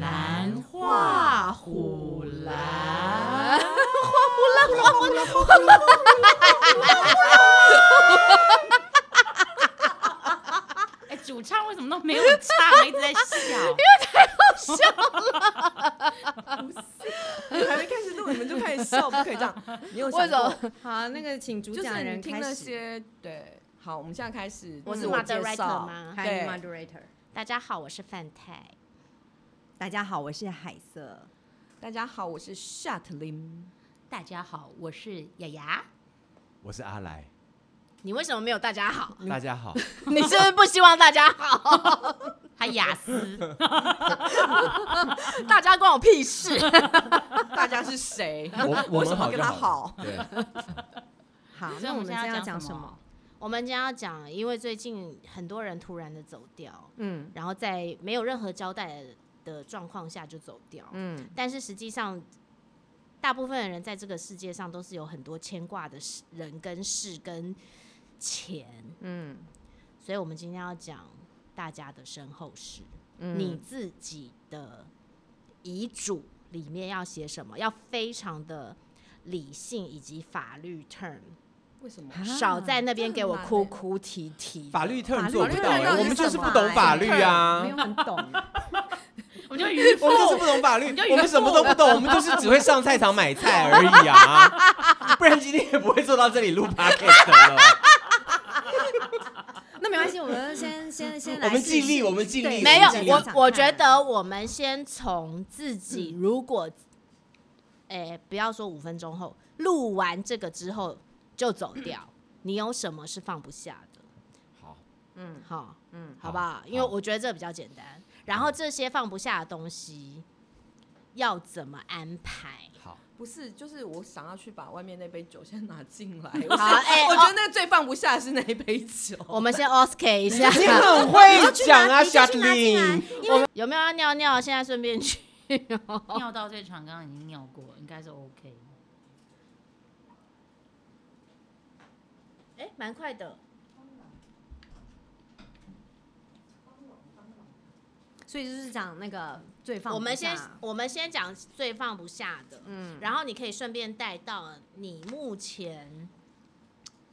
兰画虎兰，哎，主唱为什么都没有唱，一直在笑？哎还没开始录，你们就开始笑，不可以这样。你有为想什过？么？好，那个请主就讲是人你听开那始。些，对，好，我们现在开始我是自我介 moderator 绍吗嗨对 moderator，大家好，我是范太。大家好，我是海瑟。大家好，我是 Shut 林。大家好，我是雅雅。我是阿来，你为什么没有大家好？大家好， 你是不是不希望大家好？ 他雅思， 大家关我屁事！大家是谁？我我为什们么好跟就他好好，对，好，所以那我我们现们今在天要要讲讲什什么么？ 我们今天要讲，因为最近很多人突然的走掉，嗯然后在没有任何交代的状况下就走掉，嗯，但是实际上，大部分的人在这个世界上都是有很多牵挂的事人跟事跟钱，嗯所以我们今天要讲大家的身后事，嗯你自己的遗嘱里面要写什么，要非常的理性以及法律 term，、为什么？少在那边啊这很给我难哭欸哭啼啼。法律特法律做不到、特欸，到底我们是就是什不么懂啊法律啊没，有很懂。我就我们就是不懂法律，我们什么都不懂，我们就是只会上菜场买菜而已啊，不然今天也不会坐到这里录 podcast 了。 那没关系，我 们先先先来我们试尽力，试我们尽对力，没有我们尽，力我我觉得我们先从自己，如果，诶、不要说五分钟后录完这个之后就走掉，你有什么是放不下的？好，嗯好，嗯，好不好？因为我觉得这比较简单。然后这些放不下的东西要怎么安排？好，不是，就是我想要去把外面那杯酒先拿进 来。我好，哎、我觉得那个最放不下的是那一杯酒。 我们先 Oscar 一下，你很会讲啊你就去拿进来 ，Shatlin，我们有没有要尿尿？现在顺便去。尿道最长，刚刚已经尿过，应该是 OK。哎，蛮快的。所以就是讲那个最放我不下。们先我们先讲最放不下的，嗯，然后你可以顺便带到你目前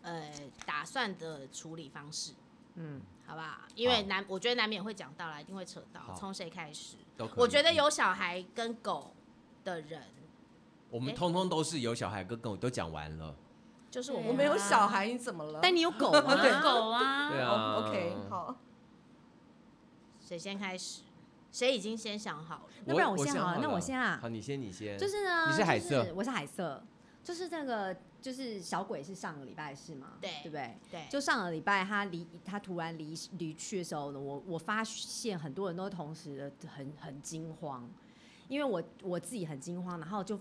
呃打算的处理方式，嗯，好不好？因为好难，我觉得难免会讲到啦，一定会扯到，好从谁开始？都可以我觉得有小孩跟狗的人，我们通通都是有小孩跟跟我都讲完了，就是我对啊们我没有小孩，你怎么了？但你有狗啊？我有狗啊，对啊哦 OK，好，谁先开始，谁已经先想好了。那不然我我先想好了好那我了先啊好，你先，你 先，就是呢，你是海就瑟我是海瑟，就是那个就是小鬼是上个礼拜是吗？对对不对？对，就上个礼拜他离他突然离离去的时候呢，我我发现很多人都同时的很很惊慌，因为我我自己很惊慌，然后就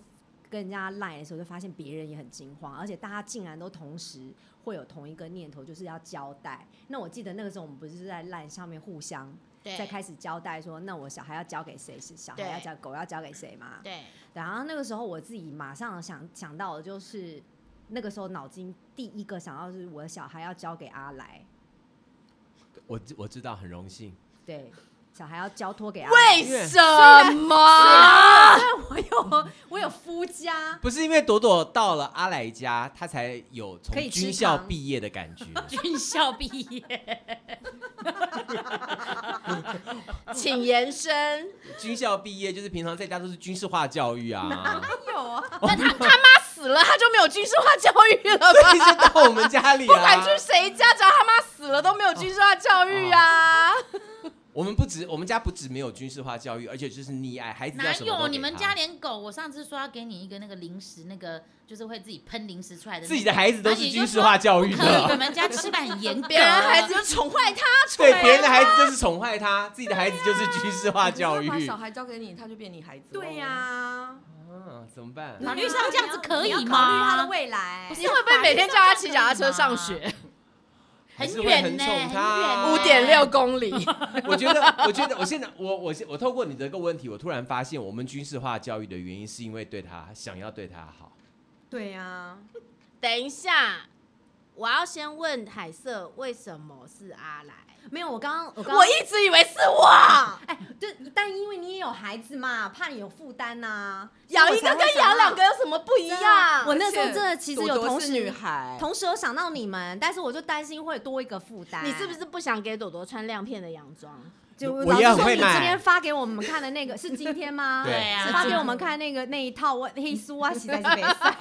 跟人家赖的时候就发现别人也很惊慌，而且大家竟然都同时会有同一个念头，就是要交代。那我记得那个时候我们不是在赖上面互相对在开始交代说，那我小孩要交给谁，是小孩对要交狗要交给谁嘛？对然后那个时候我自己马上想想到的就是，那个时候脑筋第一个想到的是我的小孩要交给阿来，我知我知道，很荣幸，对，小孩要交托给阿来。为什么？我有我有夫家， 不是因为朵朵到了阿来家，她才有从可以吃军校糖毕业的感觉。军校毕业，请延伸。 军校毕业就是平常在家都是军事化教育 啊，那他他妈死了，他就没有军事化教育了吧？所以就到我们家里不管啊。去谁家，只要他妈死了都没有军事化教育啊！我们不止我们家不止没有军事化教育，而且就是溺爱孩子哪要什么都有给哎你们他家连狗？我上次说要给你一个那个零食，那个就是会自己喷零食出来的那个，自己 的孩子都那是啊你就军事化教育不可以，你的，们家吃饭很严格，啊别啊人孩子就宠坏他，对别人的孩子就是宠坏他，自己的孩子就是军事化教育哎你知道把。小孩交给你，他就变你孩子。 哦对呀、、嗯，怎么办？法律上 这样子可你以要考虑他的吗？未来，你会不会每天叫他骑脚踏车上学？还是会远很呢宠很他五远。点六公里， 我觉得，我觉得，我现在，我我现我透过你这个问题，我突然发现，我们军事化教育的原因是因为对他想要对他好。对呀、等一下，我要先问海瑟为什么是阿来？啊没有，我刚刚我刚刚我一直以为是我。哎，对，但因为你也有有孩子嘛，怕你有负担呐。养一个跟养两个有什么不一样？我那时候真的其实有朵朵同是时女孩，同时有想到你们，但是我就担心会多一个负担。你是不是不想给朵朵穿亮片的洋装？就我老师也很说会你买今天发给我们看的那个是今天 吗？对啊是发给我们看那个那一套我黑丝袜实在是没塞。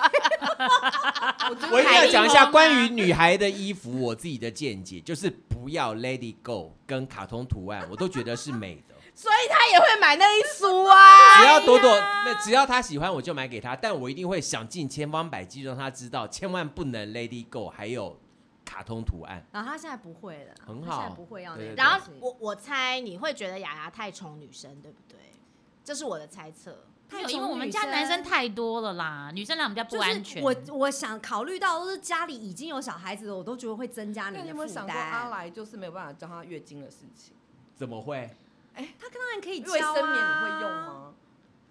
我一定要讲一下凯莉王啊关于女孩的衣服，我自己的见解就是不要 Let It Go 跟卡通图案，我都觉得是美 的。所以他也会买那一束啊。哎只要朵朵，那只要她喜欢，我就买给她。但我一定会想尽千方百计让她知道，千万不能 Lady Go，还有卡通图案。然后他现在不会了，很他现好在不会要那对个对东然西。后我我猜你会觉得雅雅太宠女生，对不对？这是我的猜测。没有，因为我们家男生太多了啦，女生来我们家不安全。就是我我想考虑到都是家里已经有小孩子了，我都觉得会增加你那的你有没有负想担。过啊阿来就是没有办法教她月经的事情？怎么会？他当然可以教卫生棉你会啊用？吗？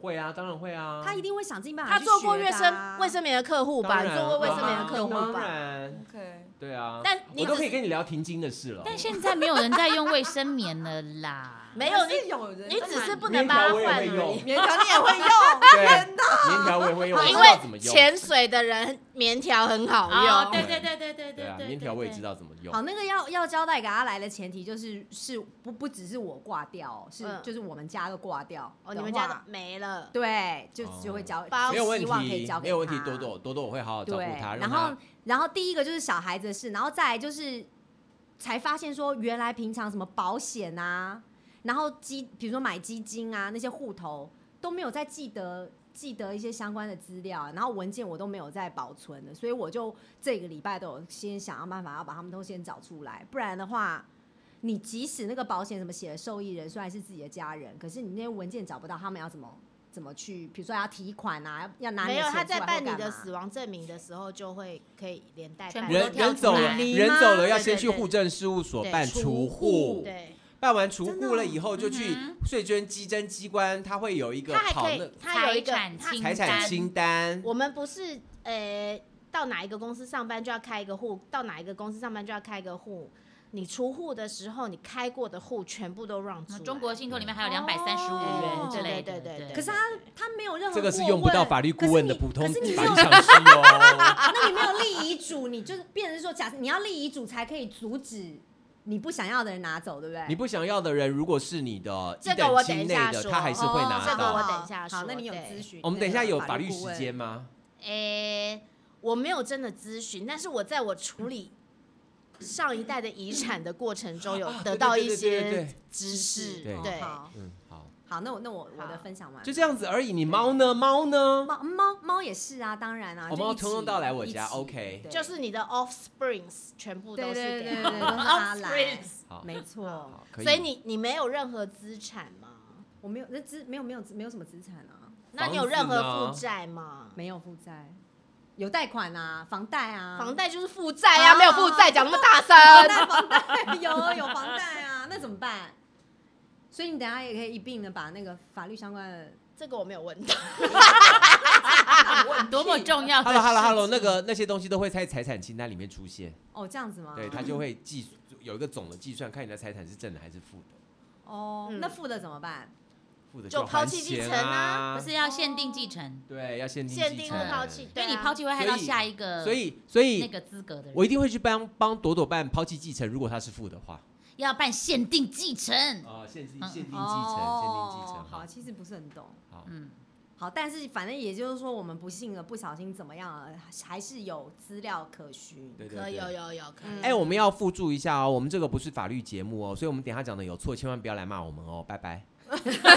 会啊，当然会啊。他一定会想尽办法他去学的啊。做过卫生卫生棉的客户吧？当你然做过卫生棉的客当户然吧？ ？OK，对啊。但你我都只。可以跟你聊停经的事了。但现在没有人在用卫生棉了啦没有还是你，有人你在只买是不棉能条把它我也换会而用已。棉条你也会用， 对， 棉条我也会用，我因知道怎么为用。潜水的人棉条很好哦，用，对对对对对对对啊，棉条我也知。道怎么用好，。那个要要交代给阿来的前提就是是不不只是我挂掉哦，是、嗯就是我们家都挂掉的话。哦，你们家的没了。对，就哦就会交，包没有问希望可以题交，给没有问题。他多多多多，我会好好照顾对她，，让然后她然后第一个就是小孩子的事，然后再来就是才发现说，原来平常什么保险啊，然后基比如说买基金啊那些户头都没有在记得记得一些相关的资料啊，然后文件我都没有在保存的，所以我就这个礼拜都有先想要办法要把他们都先找出来，不然的话。你即使那个保险什么写的受益人虽然是自己的家人，可是你那些文件找不到，他们要怎么怎么去？比如说要提款啊，要要拿你没的有，钱他出来在或办你干的嘛死亡证明的时候，就会可以连带全办部理都人跳人出走来了，你人吗走了要对先对去对户政事务所对办除除户户，对，办完除真的户了哦以后，就去嗯税捐稽征机关，他会有一个他还跑可以那，他有一个财产他清财产单清单。我们不是呃，到哪一个公司上班就要开一个户，到哪一个公司上班就要开一个户。你出户的时候，你开过的户全部都让出来。中国信托里面还有哦两百三十五元之类对的，对对对可是他他没有任何这个是过用不到问法律顾问的普通可是你法可是律你常 识哦。 那你没有立遗嘱，你就是变成是说，假设你要立遗嘱才可以阻止你不想要的人拿走，对不对？你不想要的人，如果是你的这一个我等等亲一内下的，说他还是会哦这拿个我到。等一下好，说那你有对咨询？我们等一下有法律顾时问间。吗？诶、我没有真的咨询，但是我在我处理上一代的遗产的过程中，有啊得对到对一对对对些对知识。哦对对，好，嗯，好，好，那我那我我的好分享完，就这。样子而已。你猫呢？猫呢？猫猫猫也是啊，当然啊，哦就猫一起通通到来我家一起 OK 对就是你的 offsprings 全部都是对对给对对，他都是 阿来，好，没错，好，可以。所以你你没有任何资产吗？我没有那资没有没有没有什么资产啊，那你房有子任何呢负债吗？没有负债，有贷款啊，房贷啊，房贷就是负债啊呀，没有负债讲那么大房声。贷，房贷 有有房贷啊，那怎么办？所以你等一下也可以一并的把那个法律相关的，这个我没有问到，多么重要的 Hello 事 Hello Hello，那个那些东西都会在财产清单里面出现，哦，这样子吗？对，他就会计有一个总的计算，看你的财产是正的还是负的，哦，嗯那负的怎么办？负的就抛还弃继钱承啊，啊不是要限定继承，对，要限定限继定承或抛弃，因对为啊你抛弃会害到所以下一个，所以所那以，个资格的我人一定会去帮帮朵朵办抛弃继承，如果他是负的话，要办限定继承。啊，限定嗯限定继承，限定继承，哦，好好，其实不是很懂。好，嗯，好，但是反正也就是说，我们不幸了，不小心怎么样了，还是有资料可循。对对可以哦有对。有有可以嗯哎，我们要附注一下哦，我们这个不是法律节目哦，所以我们等一下讲的有错，千万不要来骂我们哦，拜拜。拜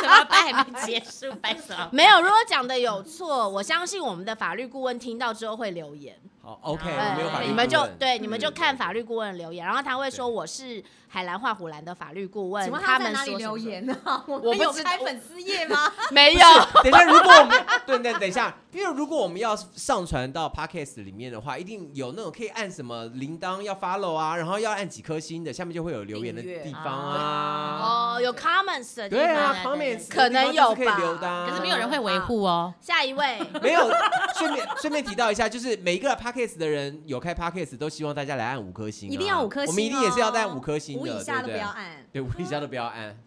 什么拜？还没结束，拜什么？ 没有，如果讲的有错，我相信我们的法律顾问听到之后会留 言。好，OK，对我们有法律你们顾就问嗯对，你们就看法。对律顾问留言，然后他会说对我是海兰画虎兰的法律顾问请，问他在们哪说里什留么什么言呢？ 我我们不有知开道粉丝页吗？ 没有？等一下，如果我们对对，等一下，因为如果我们要上传到 podcast 里面的话，一定有那种可以按什么铃铛要 follow 啊，然后要按几颗星的，下面就会有留言的订阅地方啊。哦，有哦 comments 的地对啊方。 ，comments 可能有吧可以留的啊，可是没有人会维护哦。下一 位，没有。顺便顺便提到一下，就是每一个 podcast 的人有开 podcast 都希望大家来按五颗星啊，一定要五颗星哦我们一定也是要按五颗星的，五以下都不对对要按。对，五以下都不要按。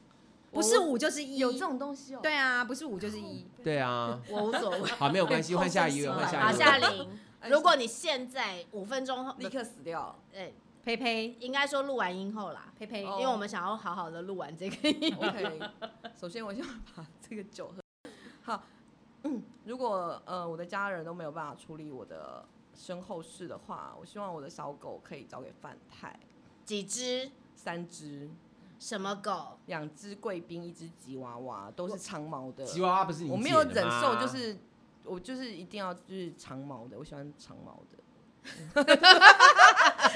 不是五就是一，有这种东西哦。对啊，不是五就是一。对啊，我无所谓。好，没有关系，换下一位，好换好，下一夏位。琳，如果你现在五分钟后，立刻 死掉。哎，呸呸应该说录完音后啦，呸呸，哦因为我们想要好好的录完这个音。 OK，首先我先把这个酒喝好。嗯如果呃我的家人都没有办法处理我的身后事的话，我希望我的小狗可以交给范太，几只三只，什么狗？两只贵宾，一只吉娃娃，都是长毛的。吉娃娃不是你我没剪有的忍吗受，就是我就是一定要就是长毛的，我喜欢长毛的。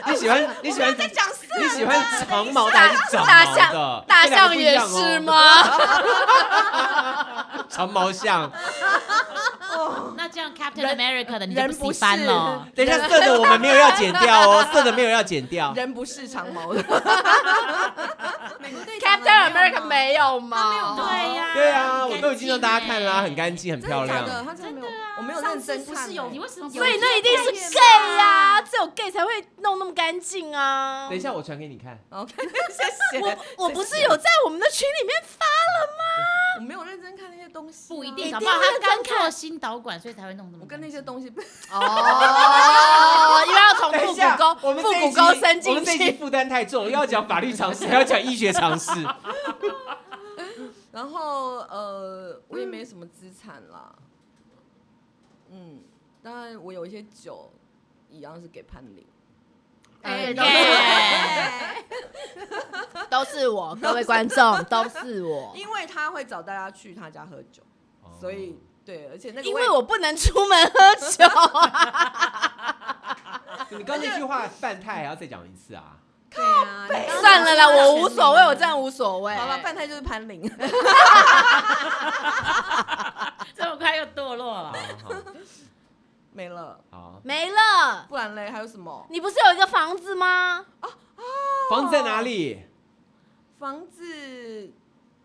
你喜欢你喜欢在讲色，你喜欢长毛的还是长毛的？大这象两个不一也样哦是？吗？长毛象，那这样 Captain 人 America 的你就人不喜欢了。等一下色的我们没有要剪掉哦，色的没有要剪 掉。人不是长毛的。美国队 Captain America 没有吗？对呀，哦对啊，很我干都已经让大家看啦，净欸很干净，很真的漂假的？亮。他真的没有，我没有认真看欸。你为什么？所以那一定是 gay 呀、只有 gay 才会弄那么干净啊等。一下，我传给你看。 OK，谢谢。我不是有在我们的群里面发，我没有认真看那些东西啊，不一定，搞不搞不好好他他刚刚做做新导管，所以才会弄那么。我跟那些东西不 哦，又要从 等一复下古沟、我们复这一古集沟伸我进们这一集去。负担太重，又要讲法律常识，还要讲医学常 识。然后呃，我也没什么资产啦，嗯，当然我有一些酒，一样是给潘林，哎哎，对都是我，各位观众 都是我，因为他会找大家去他家喝酒，所哦以对，而且那个因味为我不能出门喝酒 啊。你刚那句话饭太还要再讲一次 啊？对啊，你刚刚算了啦，讲我的无所谓，我真的无所谓。好吧，范太就是潘林， 这么快又堕落好了。没了，好好，没了。不然嘞还有什么？你不是有一个房子吗？房子在哪里？房子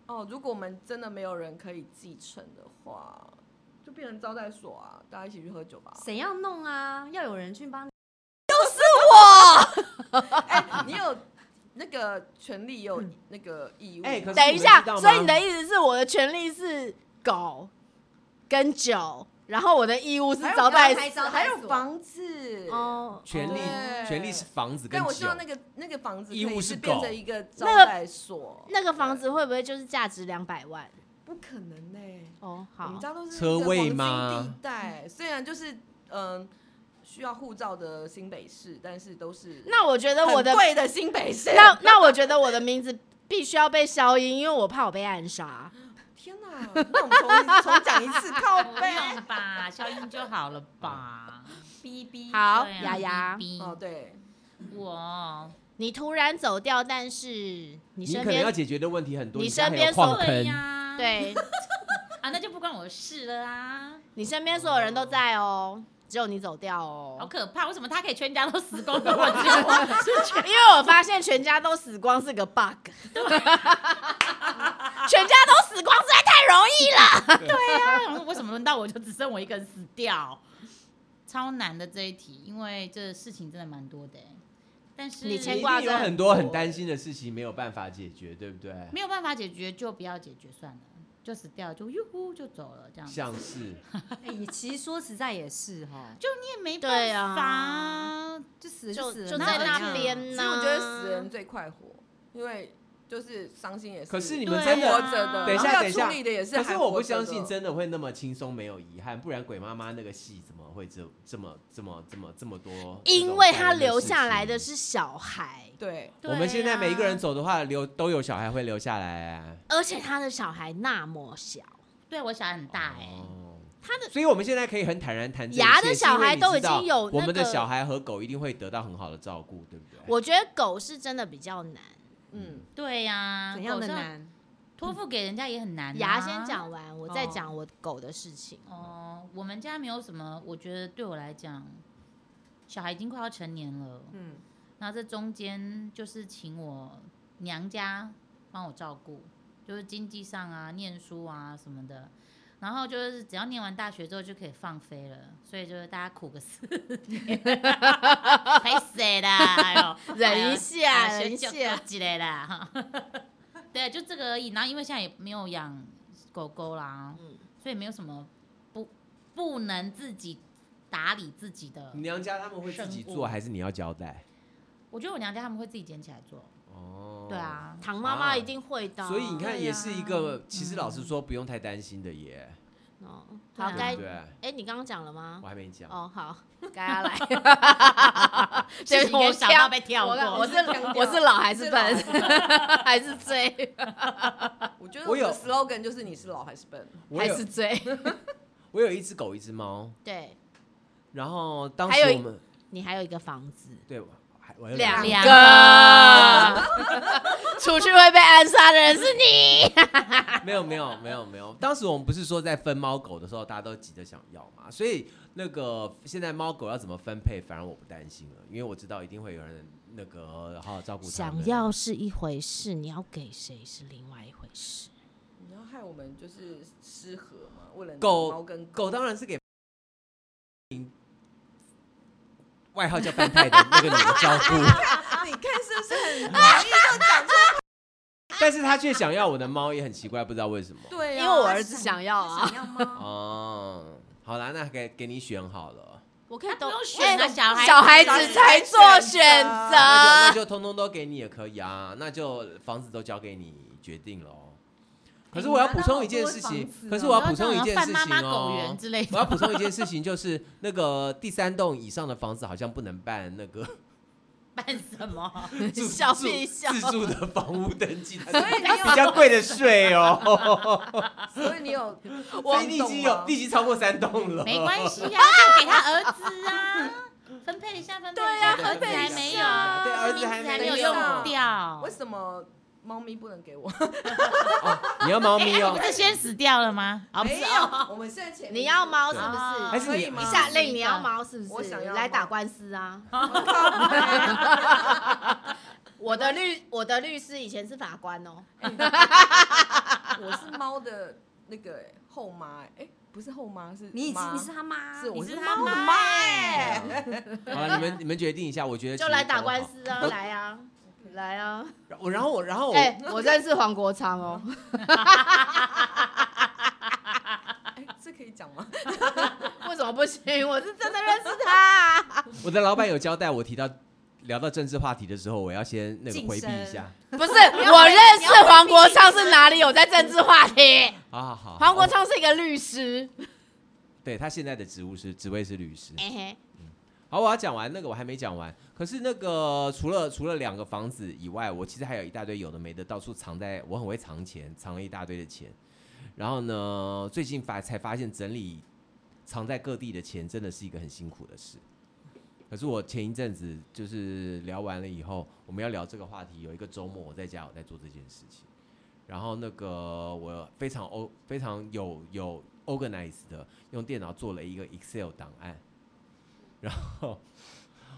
哦，如果我们真的没有人可以继承的话，就变成招待所啊，大家一起去喝 酒吧。谁要弄啊？要有人去帮你。哎、你有那个权利，也有嗯那个义务。哎可是等一下你们知道，吗所以你的意思是我的权利是狗跟酒，然后我的义务是还有招待你要开招还待有所房子，哦，权利对权利是房子跟但我希酒望。那个那个房子可以义务是是狗变成一个招待所。那个房子会不会就是价值两百万？不可能呢、哦，我们好，家都是车一个位黄金吗地带虽然就是嗯、需要护照的新北市，但是都是那我觉得我的很贵的新北市。那那我觉得我的名字必须要被消音，因为我怕我被暗杀。天哪！那我们重重讲一次，靠不背。用吧，消音就好了吧。哔哔，好对啊雅雅哔哔哦，对，我你突然走掉，但是你你身可能要边解决的问题很多，你家还身边有矿对坑，呀，对啊，那就不关我的事了啊，你身边所有人都在哦，只有你走掉好哦。可怕！为什么他可以全家都死光光，我只有我是全 因为我发现全家都死光是个 bug，全家都死光实在太容易了。他想说为什么轮到我就只剩我一个人死掉？超难的这一题，因为这事情真的蛮多的欸、但是你牵你一挂定着有很多很担心的事情没有办法解决，对不对？没有办法解决就不要解决算了，就死掉就哟呼就走了这样子，像是哎，也其实说实在也是哈，就你也没对办啊法啊，就死就死了，就那在怎那样边其呢实我觉得死人最快活，因为就是伤心也是，可是你对们啊真活的着的，等一下然后等一要下处理的也是还可活着的。是我不相信真的会那么轻松没有遗憾，不然鬼妈妈那个戏怎么会这这么这么这么这么多？因为他留下来的。是小孩，对，对我们现在每一个人啊，走的话，留都有小孩会留下来、啊而且他的小孩那么小，对我小孩很大哎、哦他的所以我们现在可以很坦然谈这一切。牙的小孩都已经是因为你知道有那个我们的小孩和狗一定会得到很好的照顾，对不对？我觉得狗是真的比较难。嗯，对呀、啊，怎样的狗上难？托付给人家也很难、啊。牙先讲完，我再哦讲我狗的事情。哦、我们家没有什么，我觉得对我来讲，小孩已经快要成年了，嗯，那这中间就是请我娘家帮我照顾，就是经济上啊、念书啊什么的。然后就是只要念完大学之后就可以放飞了，所以就是大家苦 个四年，赔死啦！哎呦，忍一下，哎呦忍一下。之类的。哈 对，就这个而已。然后因为现在也没有养狗狗啦，嗯所以没有什么不不能自己打理自己的你。娘家他们会自己生物做，还是你要交代？我觉得我娘家他们会自己捡起来做。哦，对。啊，唐妈妈一定会的啊。嗯所以你看，对也是一个呀，其实老实说，不用太担心的耶，哦，对好啊该对不对？哎，你刚刚讲了吗我？还没讲，哦，好，该要来， 对对不起我跟小到跳，被跳我过。我是 我是老还是笨， 还是追我觉得我我有的 slogan 就是你是老还是笨，我还有是追？我有一只狗，一只猫，对然后当还有时一我们你还有一个房子，对我还我还有两个两个，出去会被暗杀的人是你。 没有没有没有没有，当时我们不是说在分猫狗的时候，大家都急着想要嘛，所以那个现在猫狗要怎么分配，反而我不担心了，因为我知道一定会有人那个好好照顾它想们要是一回事，你要给谁是另外一回事。你要害我们就是失和嘛，为了狗猫跟 狗当然是给外号叫半太的那个女的照 顾，你看是不是很容易就讲出？但是她却想要我的猫，也很奇怪，不知道为什么。对啊因为我儿子想要 啊，要吗？哦，好啦，那给给你选好了，我可以哎不都用选啊，小孩小孩子才做选那就那啊择。就通通都给你也可以啊，那就房子都交给你决定喽。可是我要补充一件事哎你拿到好多房子，情哦可是我要补不要充一讲件什么事范妈情妈狗哦园。之类的。我要补充一件事情，就是那个第三栋以上的房子好像不能办那个办什么？自笑自屁笑自住的房屋登记，它所是以你比较贵的税哦。有，所以 你有，所以你已经有，你已经超过三栋了。没关系啊，就给他儿子啊，分配一下，分配一下。对啊儿子还没有，对儿子还名字没还没有有用掉为。什么猫咪不能给我？ 你要猫哎，咪哎哦不，是先死掉了吗？啊，不没是有哦，，我们现在前你要猫是对哎啊不哦是？还是可你以吗？下是一令你个要猫是不是？我想要来打猫官司啊！我的律我的律师以前是法官哦，我是猫的那个欸后妈欸，哎，不是后妈，是你妈你是他妈，是我你是是猫他的妈妈哎欸，好了，你们你们决定一下，我觉得就其实来打都官好。司 啊，来啊，来啊！我然后我然后我哎， 我认识黄国昌哦，哎，这可以讲 吗？ 为什么不行？我是真的认识他啊。我的老板有交代，我提到聊到政治话题的时候，我要先那个晋回避一升下。 不 是我认识黄国昌是哪里有在政治话题？好好好，黄国哦昌是一个律师，对他现在的职务是职位是律师。嘿嘿好，我要讲完那个，我还没讲完。可是那个除了除了两个房子以外，我其实还有一大堆有的没的，到处藏在，我很会藏钱，藏了一大堆的钱。然后呢，最近发才发现整理藏在各地的钱真的是一个很辛苦的事。可是我前一阵子就是聊完了以后，我们要聊这个话题，有一个周末我在家我在做这件事情，然后那个我非常欧非常有有 organized 的用电脑做了一个 Excel 档案，然后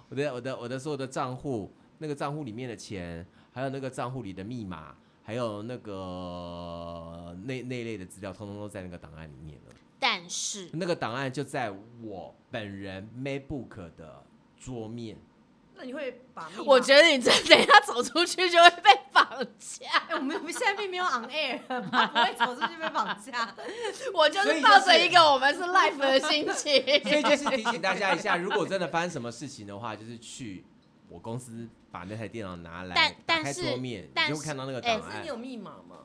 我的我的我的所有的账户，那个账户里面的钱，还有那个账户里的密码，还有那个那那一类的资料，通通都在那个档案里面了。但是那个档案就在我本人 MacBook 的桌面。那你会把密码我觉得你真等一下走出去就会被绑架。哎，我们现在并没有 on air，他不会走出去被绑架。我就是抱着一个我们是 life 的心情。所以就是提醒大家一下，如果真的发生什么事情的话，就是去我公司把那台电脑拿来，但打开但是桌面，但你就会是看到那个哎档可是案你。有密码吗？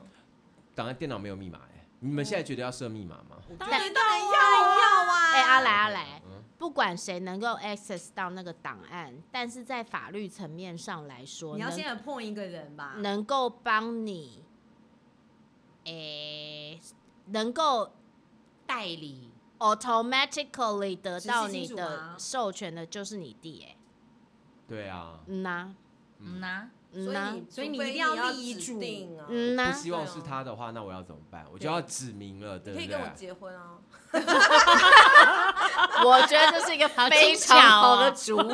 档案电脑没有密码哎、你们现在觉得要设密码吗？当然当然要 啊！哎，阿来阿嗯来，嗯，不管谁能够 access 到那个档案，但是在法律层面上来说，你要能先有碰一个人吧，能够帮你，诶、能够代理 automatically 得直系到亲你属的吗授权的，就是你弟、哎，对啊，嗯呐、嗯呐，嗯以呐、你所以你除非一你定要要立遗指嘱定啊。嗯不呐、 希望是对啊他的话，那我要怎么办？我就要指明了，你对可以不跟我对？结婚啊！我觉得这是一个非常好的主意。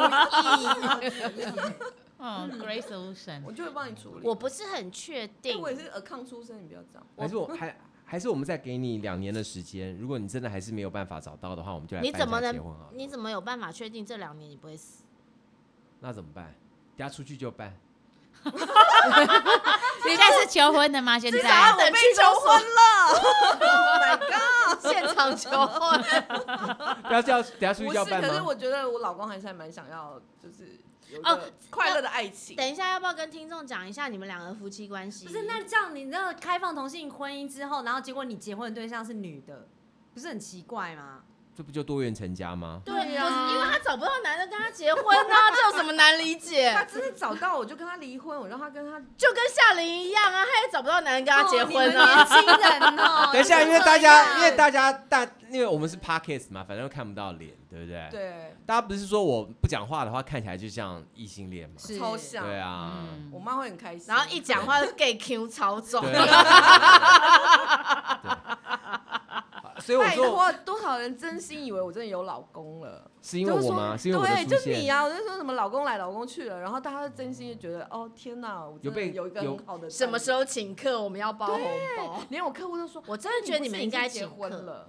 哦，Great 啊 Solution，我就会帮你啊处理。我不是很确哎定，我也是 account 出身，你不要这样。还是我还还是我们再给你两年的时间，如果你真的还是没有办法找到的话，我们就来你办怎一么下能结婚好了你怎么有办法确定这两年你不会死？那怎么办？等下出去就办。现在是求婚的吗？现至少要在等被去求婚了，Oh my god！现场求婚， 不要叫，等下出去不叫是，办可是吗？我觉得我老公还是还蛮想要，就是有一哦个快乐的爱情。等一下要不要跟听众讲一下你们两个夫妻关系？不是，嗯那这样你知道开放同性婚姻之后，然后结果你结婚的对象是女的，不是很奇怪吗？这不就多元成家吗？对呀呀，因为他找不到男的跟他结婚婚，啊，这有什么难理解他？真的找到我就跟他离婚，我让他跟他就跟夏琳一样啊，她也找不到男人跟她结婚哦啊。你们年轻人哦 ，等一下，就是因为这大家，样因为大家大，因为我们是 podcast 嘛，反正看不到脸，对不对？。哎对大家不是说我不讲话的话，看起来就像异性恋吗？是超像。对啊。嗯我妈会很开心。然后一讲话就 gay Q 超重，对啊。 对 所以我拜说，托，多少人真心以为我真的有老公了？是因为我吗？是因为我的对，出就你现。啊！我就说什么老公来，老公去了，然后大家真心就觉得，哦天哪，我真的有被有一个有很好的什么时候？候请客，我们要包红包。连我客户都说，我真的觉得不你是们已应经该结请婚客。了。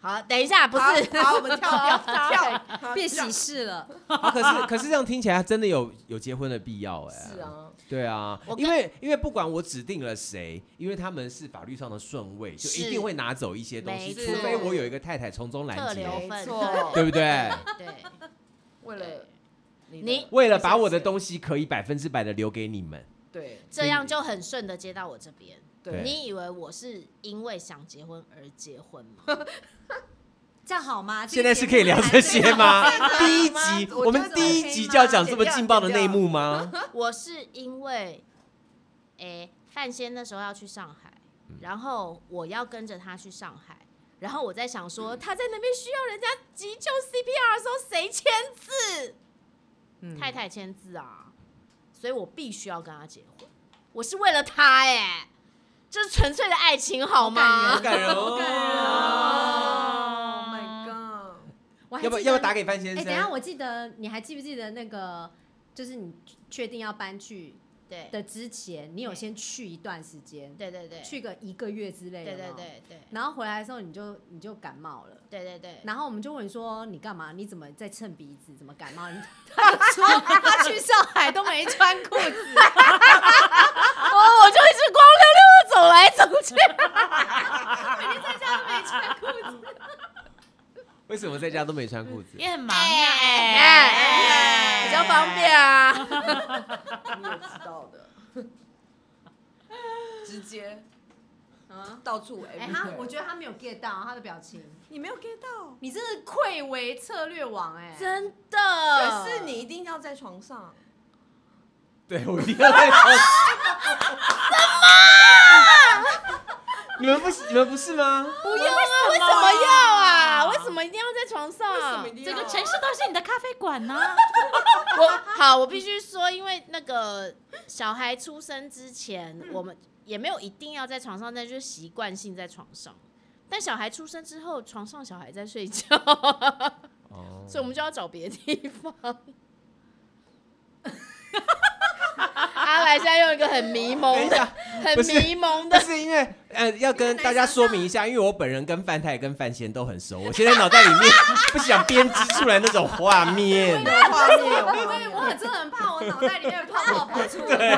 好，等一下，不好是，好，我们 跳跳跳，好变跳喜事了，啊可是可是这样听起来真的有有结婚的必要哎。是。啊，对啊我，跟因为因为不管我指定了谁，因为他们是法律上的顺位，就是一定会拿走一些东西，没除错非我有一个太太从中特拦截留，没分，错对不对？对，为了你的你为了把我的东西可以百分之百的留给你们，对这样就很顺的接到我这边。对对，你以为我是因为想结婚而结婚吗？ 这样好吗？现在是可以聊这些吗？第一集，我我们觉得第一 OK 集吗就要讲这剪么掉劲爆的剪掉内幕吗？我是因为，诶、范先那时候要去上海，嗯然后我要跟着他去上海，然后我在想说，他在那边需要人家急救 CPR 的时候谁签字？嗯太太签字啊，所以我必须要跟他结婚，我是为了他哎、这是纯粹的爱情好吗好？感人哦！哦 my god，我还要不记要得不要打给范先哎、生？等一下，我记得你还记不记得那个，就是你确定要搬去对的之前，你有对先去一段时间，对对对，去个一个月之类对的，对对。对然后回来的时候，你就你就感冒了。对对对，然后我们就问你说你干嘛？你怎么在蹭鼻子？怎么感冒？你他就说他去上海都没穿裤子，哦，我就一直光溜溜的走来走去。为什么在家都没穿裤子？也很忙啊，哎哎比较方便啊。你也知道的，直接到处哎、 哎、他我觉得他没有 get 到他的表情，你没有 get 到，你真的愧为策略王哎、真的，可是你一定要在床上，对，我一定要在床上。什么？你们不是你们不是吗？不用啊？为什么要啊？为什么一定要在床为啊什么上一？定这啊要？个城市都是你的咖啡馆呢、我好，我必须说，因为那个小孩出生之前，我们也没有一定要在床上，但就是习惯性在床上。但小孩出生之后，床上小孩在睡觉， 哦，所以我们就要找别的地方。 阿来现在用一个很迷等蒙一的、下，很不是迷蒙不的，是因为呃，要跟大家说明一下，因为我本人跟范太跟范闲都很熟，我现在脑袋里面不想编织出来那种画面。有画面有画对，我面，很真的很怕我脑袋里面的泡泡跑出来。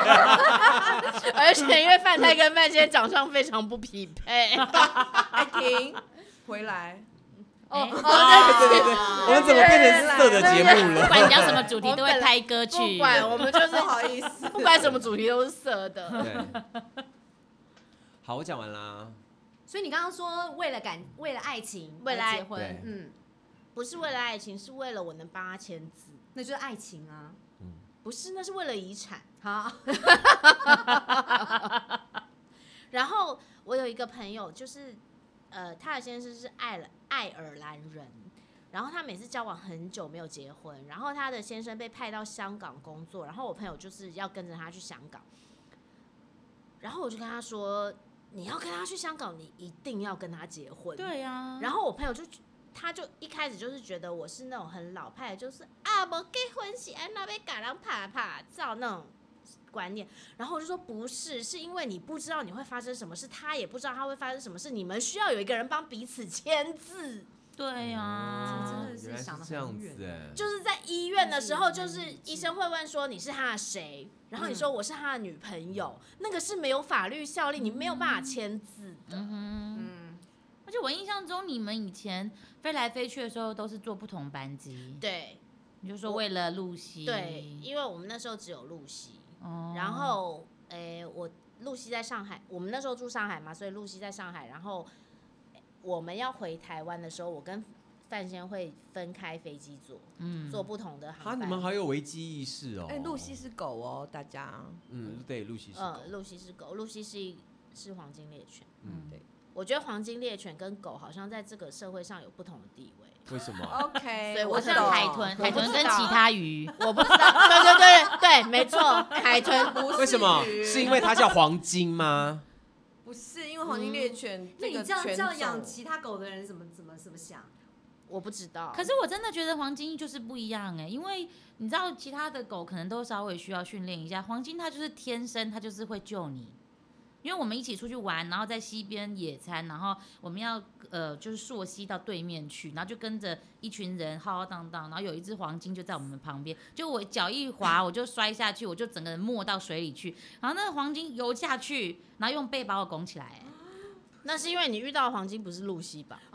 而且因为范太跟范先长相非常不匹配，哎停，回来， 哦，对对对，我们怎么变成是色的节目不管了？讲什么主题都会拍歌曲，不管我们就是不好意思，不管什么主题都是色的。对，好，我讲完啦。所以你刚刚说为了感，为了爱情，为了而爱结婚对，嗯，不是为了爱情，是为了我能帮他签字。那就是爱情啊。不是，那是为了遗产。好，然后我有一个朋友，就是呃，他的先生是爱尔爱尔兰人，然后他每次交往很久没有结婚，然后他的先生被派到香港工作，然后我朋友就是要跟着他去香港，然后我就跟他说，你要跟他去香港，你一定要跟他结婚。对呀、然后我朋友就觉，他就一开始就是觉得我是那种很老派的，就是啊，我结婚是安那被嘎啷啪啪照那种观念。然后我就说不是，是因为你不知道你会发生什么事，他也不知道他会发生什么事，你们需要有一个人帮彼此签字。对呀、哦真的是原来想得这样很远子哎，就是在医院的时候，就但是是嗯很难医生会问说你是他的谁，然后你说我是他的女朋友，那个是没有法律效力，你没有办法签字的。嗯哼，嗯，而且我印象中你们以前飞来飞去的时候都是坐不同班机，对你就说为了露西，对，因为我们那时候只有露西，哦然后诶、我露西在上海，我们那时候住上海嘛，所以露西在上海，然后诶我们要回台湾的时候，我跟范先会分开飞机坐，嗯坐不同的啊，航你班。们好有危机意识哦。哎、露西，是狗哦，大家。嗯，对，露西是狗嗯，露西是狗，露西是一是黄金猎犬。嗯，我觉得黄金猎犬跟狗好像在这个社会上有不同的地位。为什么？ OK，所以我我像懂海豚，我海不豚知跟道其他鱼，我不知道，对对对对，没错，海豚不为什么？是因为它叫黄金 吗？不是因为黄金猎犬嗯那这你个这样这犬种样养其他狗的人怎么怎么怎么想？我不知道。可是我真的觉得黄金就是不一样哎、因为你知道其他的狗可能都稍微需要训练一下，黄金它就是天生它就是会救你。因为我们一起出去玩，然后在溪边野餐，然后我们要呃就是溯溪到对面去，然后就跟着一群人浩浩荡荡，然后有一只黄金就在我们旁边，就我脚一滑我就摔下去，我就整个人没到水里去，然后那个黄金游下去，然后用背把我拱起来、欸那是因为你遇到的黄金不是露西吧？为什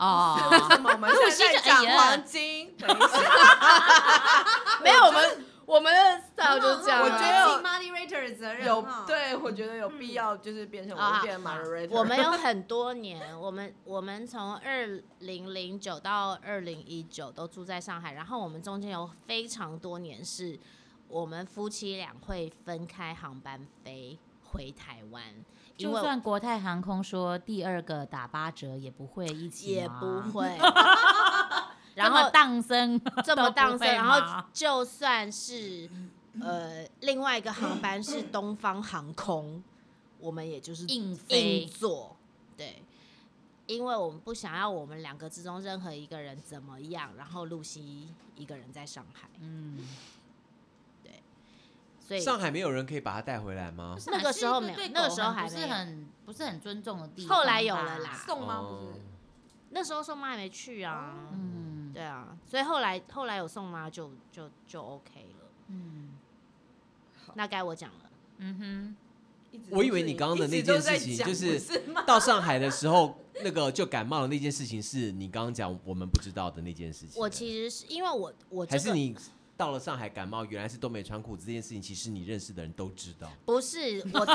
哦，么我们现在在露西就哎讲呀黄金？等一下，啊没有，我们我们的 style 就是这样我啊。觉得尽 money rater 的责任有 哈，哎对，我觉得有必要，就是变成啊我变 m a r 我们有很多年，我们我们从二零零九到二零一九都住在上海，然后我们中间有非常多年是我们夫妻俩会分开航班飞回台湾，因就为算国泰航空说第二个打八折，也不会一起，也不。 会。然然后后 荡生，这么荡生，都不会然吗后就算是呃另外一个航班是东方航空，我们也就是硬硬飞，座，对，因为我们不想要我们两个之中任何一个人怎么样，然后露西一个人在上海，嗯，所以上海没有人可以把它带回来吗？ 那个时候没有对狗那个时候很还不没是有很不是很尊重的地方。后来有了啦，送吗？不哦是，那时候宋妈还没去啊，嗯对啊，所以后来后来有宋妈就就就 OK 了，嗯那该我讲了。嗯一直我以为你刚刚的那件事情一直都在讲就是不是吗？到上海的时候，那个就感冒的那件事情，是你刚刚讲我们不知道的那件事情。我其实是因为我我这还个是你到了上海感冒，原来是都没穿裤子这件事情，其实你认识的人都知道。 不是我到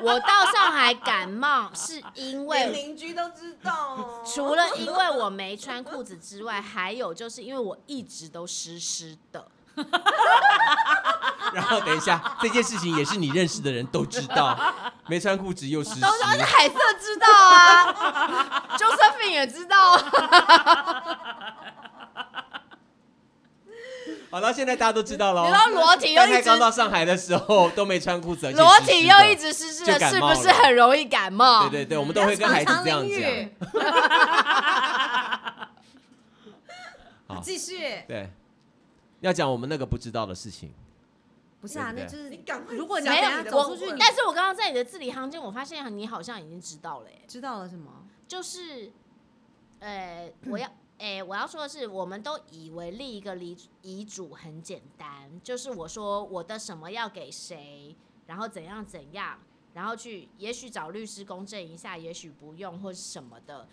我到上海感冒，是因连为邻居都知道哦。除了因为我没穿裤子之外，还有就是因为我一直都湿湿的。然后等一下，这件事情也是你认识的人都知 道，没穿裤子又湿湿。哦海瑟知道 啊，Josephine 也知道、啊。好了，现在大家都知道你喽。说裸体又大概一直刚到上海的时候都没穿裤子，而且裸湿体湿又的一。直湿湿就的，感是不冒了是很容易感冒？对对对，我们都会跟孩子这样要常常淋讲雨。 好继续，对，要讲我们那个不知道的事情。不是啊，对那不对就是你赶快如果你没有等下你的走我出去，你但是我刚刚在你的字里行间，我发现你好像已经知道了耶。知道了什么？就是，呃，我要， 诶、我要说的是，我们都以为立一个遗遗嘱很简单，就是我说我的什么要给谁，然后怎样怎样，然后去，也许找律师公证一下，也许不用或是什么的，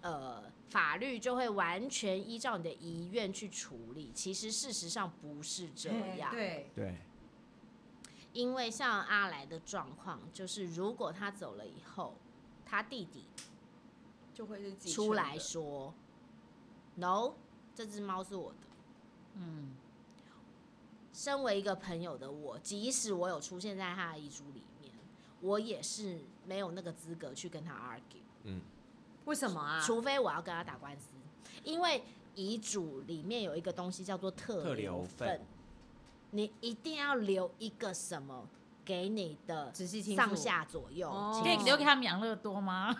呃，法律就会完全依照你的遗愿去处理。其实事实上不是这样，对，对，因为像阿来的状况，就是如果他走了以后，他弟弟就会是继承出的来说，no，这只猫是我的。哼嗯，哦身为一个朋友的我，即使我有出现在他的遗嘱里面，我也是没有那个资格去跟他 argue，、为什么啊？除非我要跟他打官司，因为遗嘱里面有一个东西叫做特特留留份份，你一定要留一个什么给你的仔细听上下左右哦亲属，可以留给他们养乐 多吗？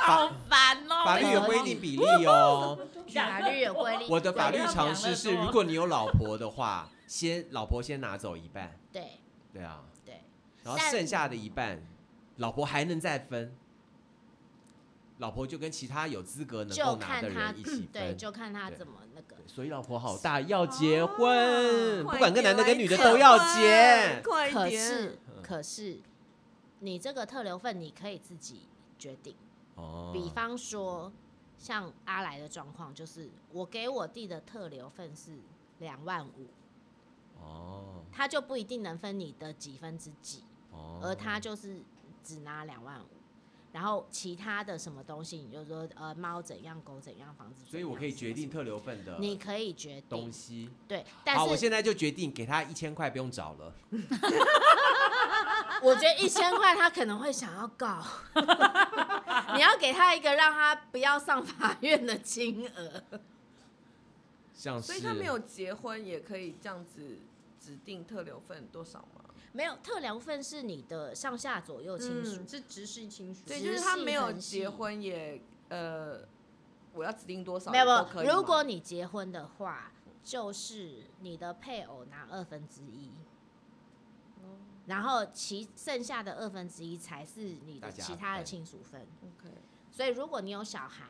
好烦哦！法律有规定比例哦。 法律有规定，我的法律常识是，如果你有老婆的话，先老婆先拿走一半，对对啊，对，然后但剩下的一半，老婆还能再分。老婆就跟其他有资格能就够拿看的他人一起对，分。就看他嗯对怎么那个。所以老婆好大，要结哦婚，快不管跟男的点跟女的来都要结婚。结快可点是嗯可是，你这个特留份你可以自己决定。哦比方说，像阿来的状况，就是我给我弟的特留份是两万五，哦他就不一定能分你的几分之几，哦，而他就是只拿两万五。然后其他的什么东西，你就说呃猫怎样，狗怎样，房子怎样所以我可以决定什么特留份什的么你可以决东定西。对，但好，我是现在就决定给他一千块，不用找了。我觉得一千块他可能会想要 告，你要给他一个让他不要上法院的金额。像是，所以他没有结婚也可以这样子指定特留份多少吗？没有特留份是你的上下左右亲属，嗯是直系亲属对，直就是他没系有很细结婚也呃，我要指定多少没有都可没以有。吗如果你结婚的话，就是你的配偶拿二分之一，哦然后其剩下的二分之一才是你大的家其他的分亲属分。 OK，所以如果你有小孩，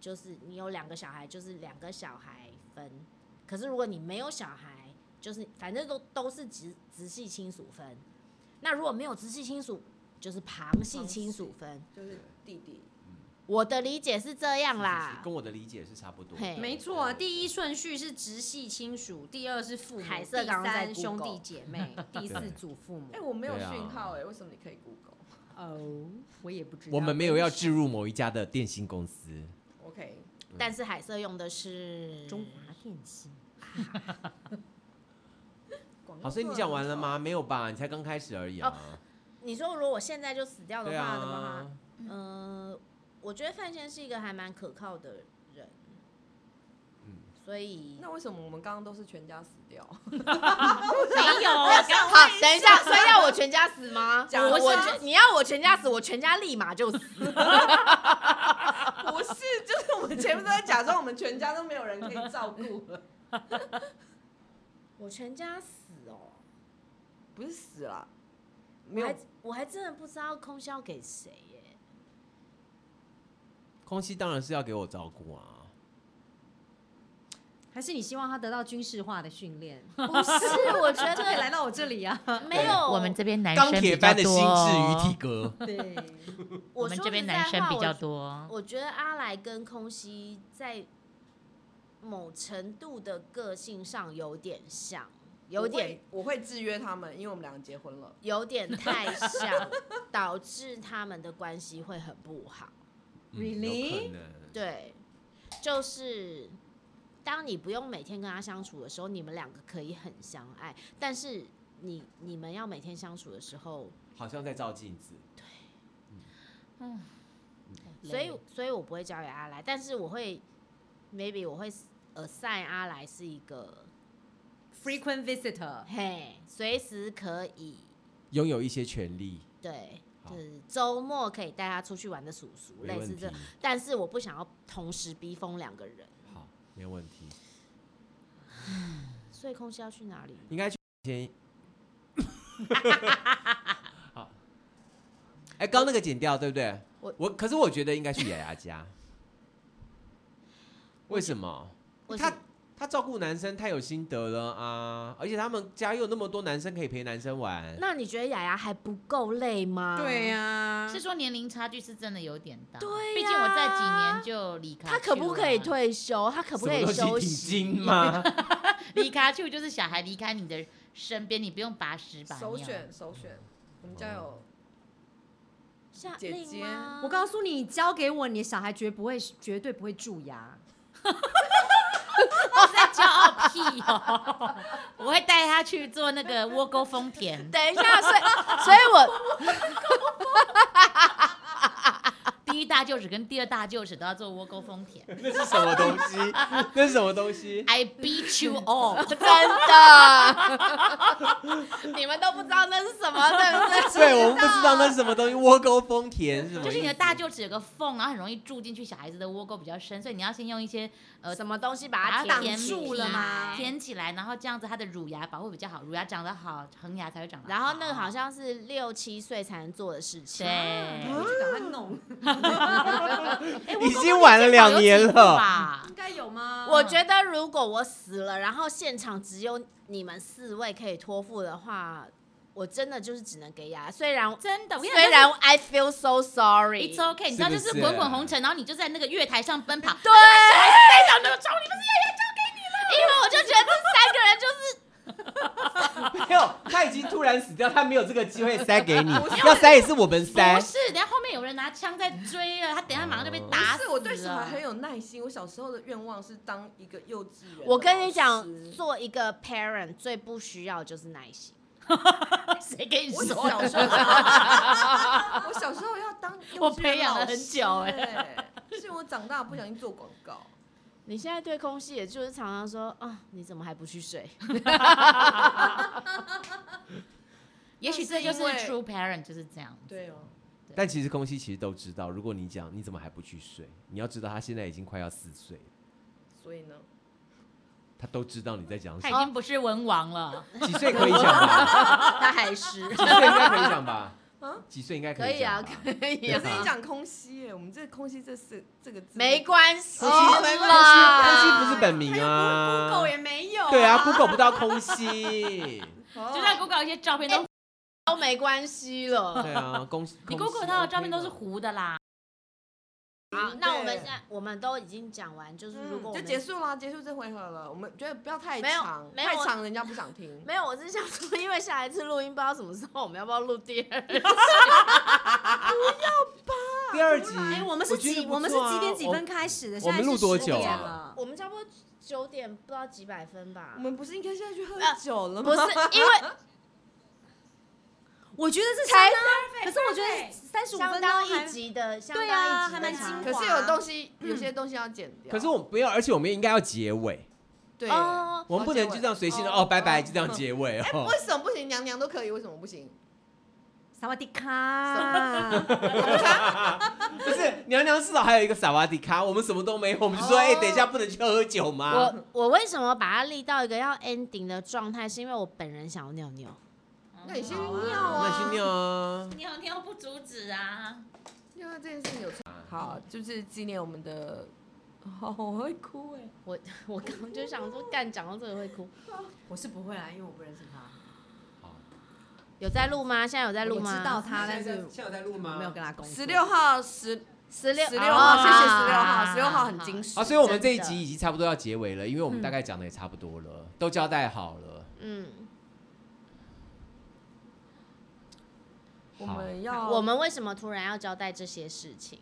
就是你有两个小孩，就是两个小孩分；可是如果你没有小孩，就是反正都都是直直系亲属分。那如果没有直系亲属，就是旁系亲属分。就是弟弟，我的理解是这样是是啦是，跟我的理解是差不多。嘿没错啊，第一一顺序是直系亲属，第二是父母，海瑟第刚刚在三兄 Google 弟姐妹，第 对四祖父母哎、。我没有对啊讯号哎、为什么你可以 Google？ 哦，我也不知道。我们没有要置入某一家的电信公司。 OK，但是海瑟用的是中华电信。广告好，所以你做得讲很完了好？吗？没有吧，你才刚开始而已啊。你说如果我现在就死掉的对话，哦怎么办？啊，呃，我觉得范先是一个还蛮可靠的人，嗯所以那为什么我们刚刚都是全家死掉？没有，我刚好，等一下，所以要我全家死吗？假我我设全你要我全家死，我全家立马就死。不是，就是我们前面都在假装我们全家都没有人可以照顾了， 我全家死哦，不是死了，没我有还我还真的不知道空销给谁耶。 空气当然是要给我照顾啊。还是你希望他得到军事化的训练？不是， 我觉就可以得来到我这 里啊！没有。我们这边男钢生铁比般较的心多哦智与体格，对，我我们说这边实在男生话比较。我多。我觉得阿来跟空熙在某程度的个性上有点像，有点我会我会制约他们，因为我们两个结婚了。有点太像，导致他们的关系会很不好。嗯 Really？有可能对，就是当你不用每天跟他相处的时候，你们两个可以很相爱，但是你你们要每天相处的时候，好像在照镜子。所以累所以我不会交给阿来，但是我会 maybe 我会 assign 阿来是一个 frequent 哦 visitor，嘿，随时可以拥有一些权利，对。好就是周末可以带他出去玩的叔叔，没类问似题嗯这，。但是我不想要同时逼疯两个人，好，没有问题。所以空气要去哪里？应该去 先。好，哎、刚那个剪掉，对不对？我我可是我觉得应该去雅雅家。为什么？为他什么他照顾男生太有心得了啊！而且他们家又有那么多男生可以陪男生玩，那你觉得雅雅还不够累吗？呀、是说年龄差距是真的有点大，对毕竟呀我在几年就离开。他可不可以？退休？他可不可以什么休东西息？挺 金吗？离开就就是小孩离开你的身边，你不用 拔屎拔首尿。选首选，我们家有夏姐令姐吗？我告诉你，交给我，你的小孩绝不会，绝对不会蛀啊牙。我在骄傲屁哦！我会带他去做那个窝沟丰 田，等一下，所以所以 我第一大臼齿跟第二大臼齿都要做窝沟丰 田。那是什么东西？ 那是什么东西？ I beat you all！真的， 你们都不知道那是什么，对不对？对，我们 不知道那是什么东西。窝沟丰田是什么意思？就是你的大臼齿有个缝，然后很容易住进去小孩子的窝沟比较深，所以你要先用一些呃什么东西把把它它填啊填住平了吗？填起来，然后这样子它的乳牙保护比较好，乳牙长得好，恒牙才会长得然后那个好像是六七岁才能做的事情，对，我就赶快弄。哎已经晚了两年了。吧应？该有吗？我觉得如果我死了，然后现场只有你们四位可以托付的话，我真的就是只能给牙。虽然 真的，我跟你讲虽然 I feel so sorry， It's OK，你知道就是是不是滚滚红尘，然后你就在那个月台上奔跑，对，非常的重，你们是要交给你了，因为我就觉得这三个人就是 没有，他已经突然死掉，他没有这个机会 塞给你，要塞也是我们塞不。是，等下后面有人拿枪在追了，他等下马上就被打不死是了。我对小孩很有耐心。我小时候的愿望是当一个幼稚园的老师。我跟你讲，做一个 parent 最不需要就是耐心。谁跟你 我说小的？时候， 我小时候要当幼我稚培园养了老很师久哎欸，是我长大不小心做广告。你现在对空气，也就是常常说啊，你怎么还不去睡？也许这就是那是因 true parent 就是这样。对哦，但其实空气其实都知道，如果你讲你怎么还不去睡，你要知道他现在已经快要四岁了，所以呢，他都知道你在讲哦他什已经不是文王了，么。几岁可以讲吧？ 他还是几岁应该可以讲吧啊？几岁应该可以以啊，讲吧？可以可啊，是你讲空隙耶，我们这空隙这四这个字没关系空气没关啦，空气不是本名啊。 Google 也没有、对啊，Google 不到空隙。哦就算 Google 一些照片都，都没关系了。对啊， 公你 Google 到的照片都是糊的啦。好，那我们对现在我们都已经讲完，就是如果嗯我就们结束啦，结束这回合了。我们觉得不要太没有长，没有太我长人家不想听。没有，我是想说，因为下一次录音不知道什么时候，我们要不要录第二集？第二集哎、。嗯我们是觉得几？不我们是错啊几点几我分开始的？现我们在是录多久10啊点了我们差不多九点不知道几百分吧我。们不是应该现在去喝呃酒了吗？不是因为我觉得是才相当，可是我觉哎得三十五相分当钟还一集 的，相对当啊一集还的蛮长精可是有东西，嗯有些东西要剪啊掉。可是我们不要，而且我们应该要结尾，对，哦我们不能就这样随性的哦哦，拜拜，哦就这样结尾哎，哦为。什么不行？娘娘都可以，为什么不行？萨瓦迪卡，不是，娘娘至少还有一个萨瓦迪卡，我们什么都没有，我们就说，哦哎，等一下不能去喝酒吗？我我为什么把它立到一个要 ending 的状态，是因为我本人想要尿尿。那你先去好啊尿啊，那去尿啊。尿尿不阻止啊！尿尿这件事情有啊好，就是纪念我们的。 好，我会哭哎。我 我刚刚就想说，干讲到这个会哭。我是不会啊，因为我不认识他，有在录吗？现在有在录我吗？知道他，但是现在在录吗没有跟他共。十六号，十十六十六哦号，谢谢十六号，啊十六号很精实啊，。所以我们这一真的集已经差不多要结尾了，因为嗯我们大概讲的也差不多了，都交代好了。嗯，我们要我们为什么突然要交代这些事情？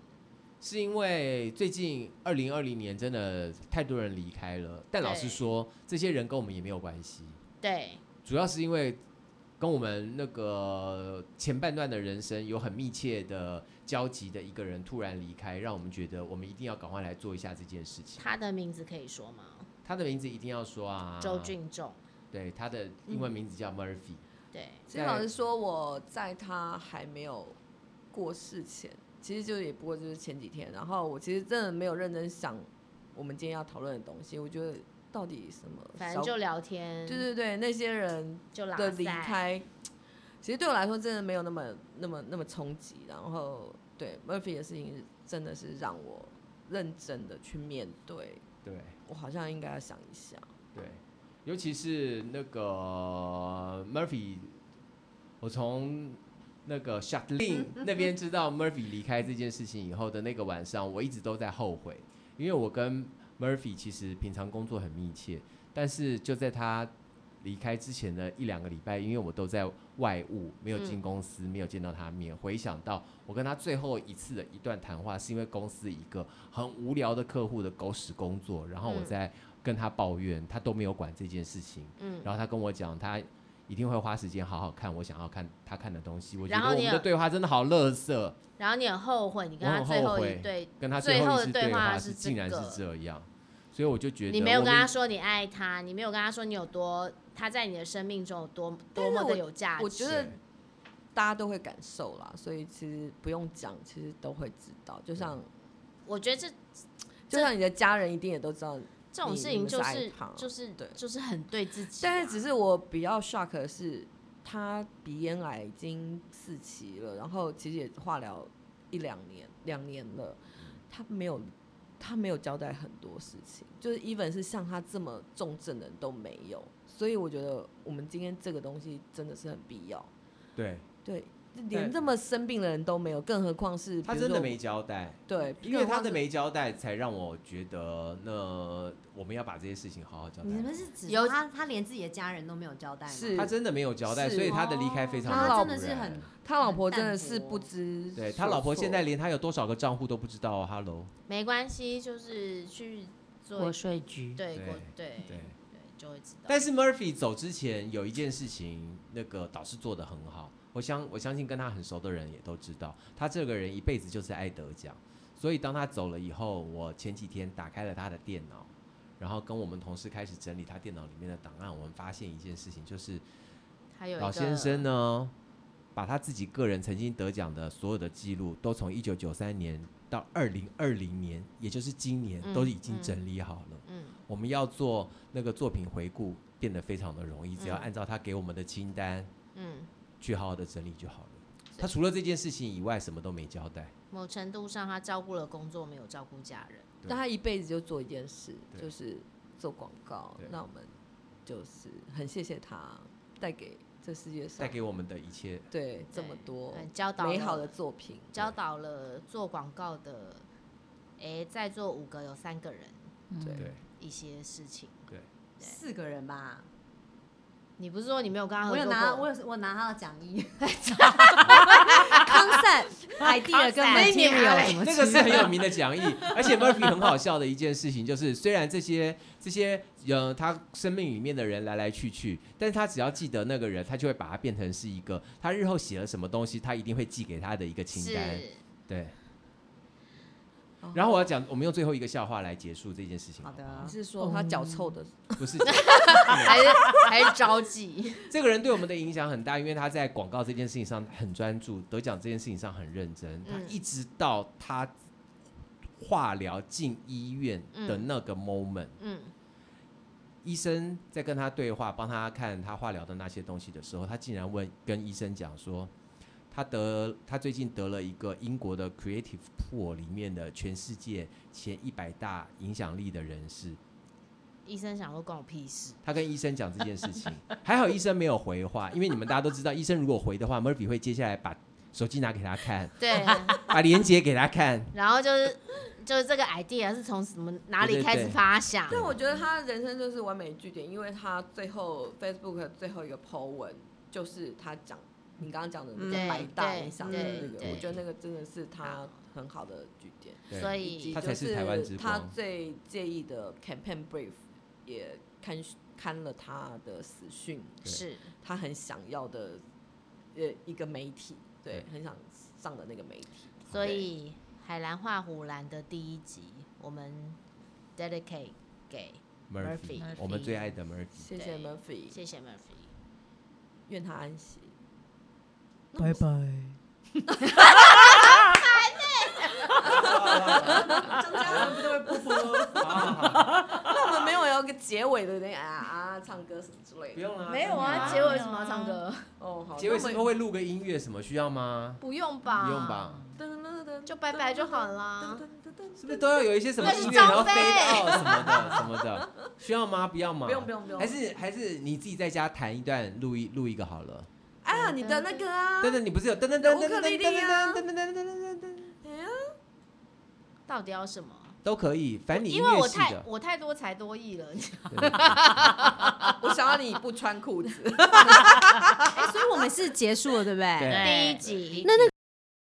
是因为最近二零二零年真的太多人离开了，但老实对说，这些人跟我们也没有关系，对，主要是因为跟我们那个前半段的人生有很密切的交集的一个人突然离开，让我们觉得我们一定要赶快来做一下这件事情。他的名字可以说吗？他的名字一定要说啊，周，俊仲，对，他的英文名字叫 Murphy，、对，其实老实说，我在他还没有过世前，其实就也不过就是前几天。然后我其实真的没有认真想我们今天要讨论的东西。我觉得到底什么小，反正就聊天，对对对，那些人就拉的塞离，开，其实对我来说真的没有那么那么那么冲击。然后对 Murphy 的事情，真的是让我认真的去面对。对我好像应该要想一下，对，尤其是那个 Murphy，我从那个 s h a t l i n 那边知道 Murphy 离开这件事情以后的那个晚上，我一直都在后悔，因为我跟 Murphy 其实平常工作很密切，但是就在他离开之前的一两个礼拜，因为我都在外务，没有嗯进公司，没有见到他面。回想到我跟他最后一次的一段谈话，是因为公司一个很无聊的客户的狗屎工作，然后我嗯在跟他抱怨，他都没有管这件事情。嗯，然后他跟我讲，他一定会花时间好好看我想要看他看的东西。我觉然得后我你们有的对话真的好垃圾，然后你很后悔，你跟我他很最后后一悔对，跟他最最后后的一次对话话是这竟然是个这样，所以我就觉得你没有我跟们他说你爱他，你没有跟他说你有多，他在你的生命中有多多但是么的我有价值。我觉得对大家都会感受啦，所以其实不用讲，其实都会知道。就像我觉得这就像你的家人一定也都知道，这种你事你情们就是爱是他就是对就是很对自己啊、但是只是我比较 shock 的是，他鼻咽癌已经四期了，然后其实也化疗一两年，两年了。他没有他没有交代很多事情，就是 even 是像他这么重症的人都没有，所以我觉得我们今天这个东西真的是很必要。对对，连这么生病的人都没有，更何况是他比如真的说没交代，对，因为更他的何况是没交代，才让我觉得那我们要把这些事情好好交代你。们是指有他他连自己的家人都没有交代吗？是他真的没有交代，是所以他的离哦开非常他的老突真的是然很他老婆真的很淡是薄不知对所他老婆措现在连他有多少个账户都不知道、啊。Hello，没关系，就是去做国税局，对对国对对。对就会知道。但是 Murphy 走之前有一件事情，那个导师做的很好，我相我相信跟他很熟的人也都知道，他这个人一辈子就是爱得奖，所以当他走了以后，我前几天打开了他的电脑，然后跟我们同事开始整理他电脑里面的档案，我们发现一件事情，就是还有一老先个生呢，把他自己个人曾经得奖的所有的记录，都从一九九三年到二零二零年，也就是今年，嗯都已经嗯整理好了。嗯，我们要做那个作品回顾，变得非常的容易，只要嗯按照他给我们的清单嗯，去好好的整理就好了。他除了这件事情以外，什么都没交代。某程度上他照顾了工作，没有照顾家人。对但他一辈子就做一件事，对就是做广告对。那我们就是很谢谢他带给这世界上带给我们的一切，对这对么多嗯教导美好了的作品。教导了做广告的，诶，在座五个有三个人嗯对对一些事情。对四个人吧？你不是说你没有跟他合我作有过？拿，我有我拿他的讲义，concept idea 跟 Concept material 什么那个是很有名的讲义。而且 Murphy 很好笑的一件事情就是，虽然这些这些呃他生命里面的人来来去去，但是他只要记得那个人，他就会把他变成是一个他日后写了什么东西，他一定会寄给他的一个清是单。对。哦然后我要讲，我们用最后一个笑话来结束这件事情。好的不好你是说他脚臭的？不是还是还是着急？这个人对我们的影响很大，因为他在广告这件事情上很专注，得奖这件事情上很认真。他嗯一直到他化疗进医院的那个 moment，、嗯，医生在跟他对话，帮他看他化疗的那些东西的时候，他竟然问跟医生讲说，他得他最近得了一个英国的 Creative Pool 里面的全世界前一百大影响力的人士。 医生想说关我屁事。他跟医生讲这件事情，还好医生没有回话，因为你们大家都知道，医生如果回的话，Murphy 会接下来把手机拿给他看， 对，把链接给他看。然后就是就是这个 idea 是从什么哪对里对开始对发想？但我觉得他人生就是完美句点，因为他最后 Facebook 的最后一个 po 文就是他讲你刚刚讲的那嗯个百大对影响的对那个，对我觉得那个真的是他好很好的句点。对所以以及他就才是台湾之他光最介意的 campaign brief 也刊刊了他的死讯，对是他很想要的呃一个媒体，对，对很想上的那个媒体。所以《海蓝画虎蓝》的第一集，我们 dedicate 给 Murphy Murphy，我们最爱的 Murphy。谢谢对 Murphy，谢谢 Murphy。愿他安息。拜拜。哎张嘉伦不都会播？那我啊们没有要个结尾的那啊啊唱歌什么之类不的。用啦，没有啊，真结的尾啊为什么要唱歌？哦，好，结尾那是不是我们会录个音乐？什么需要吗？不用吧？不用吧？噔噔噔噔就拜拜就好啦。噔噔噔噔是不是都要有一些什么那是音乐，然张后飞 fade out 什么的什么的？需要吗？不要吗？不用不用不用还是还是你自己在家弹一段，录一录一个好了。哎呀，你的那个啊，等等，你不是有噔噔噔噔噔噔乌克丽丽啊噔噔噔噔噔噔噔噔。哎呀到底要什么？都可以，反正你音因为乐我系太 的，我太多才多艺了，对我想要你不穿裤子。哎，所以我们是结束了，对不对？对对第一集第一集那那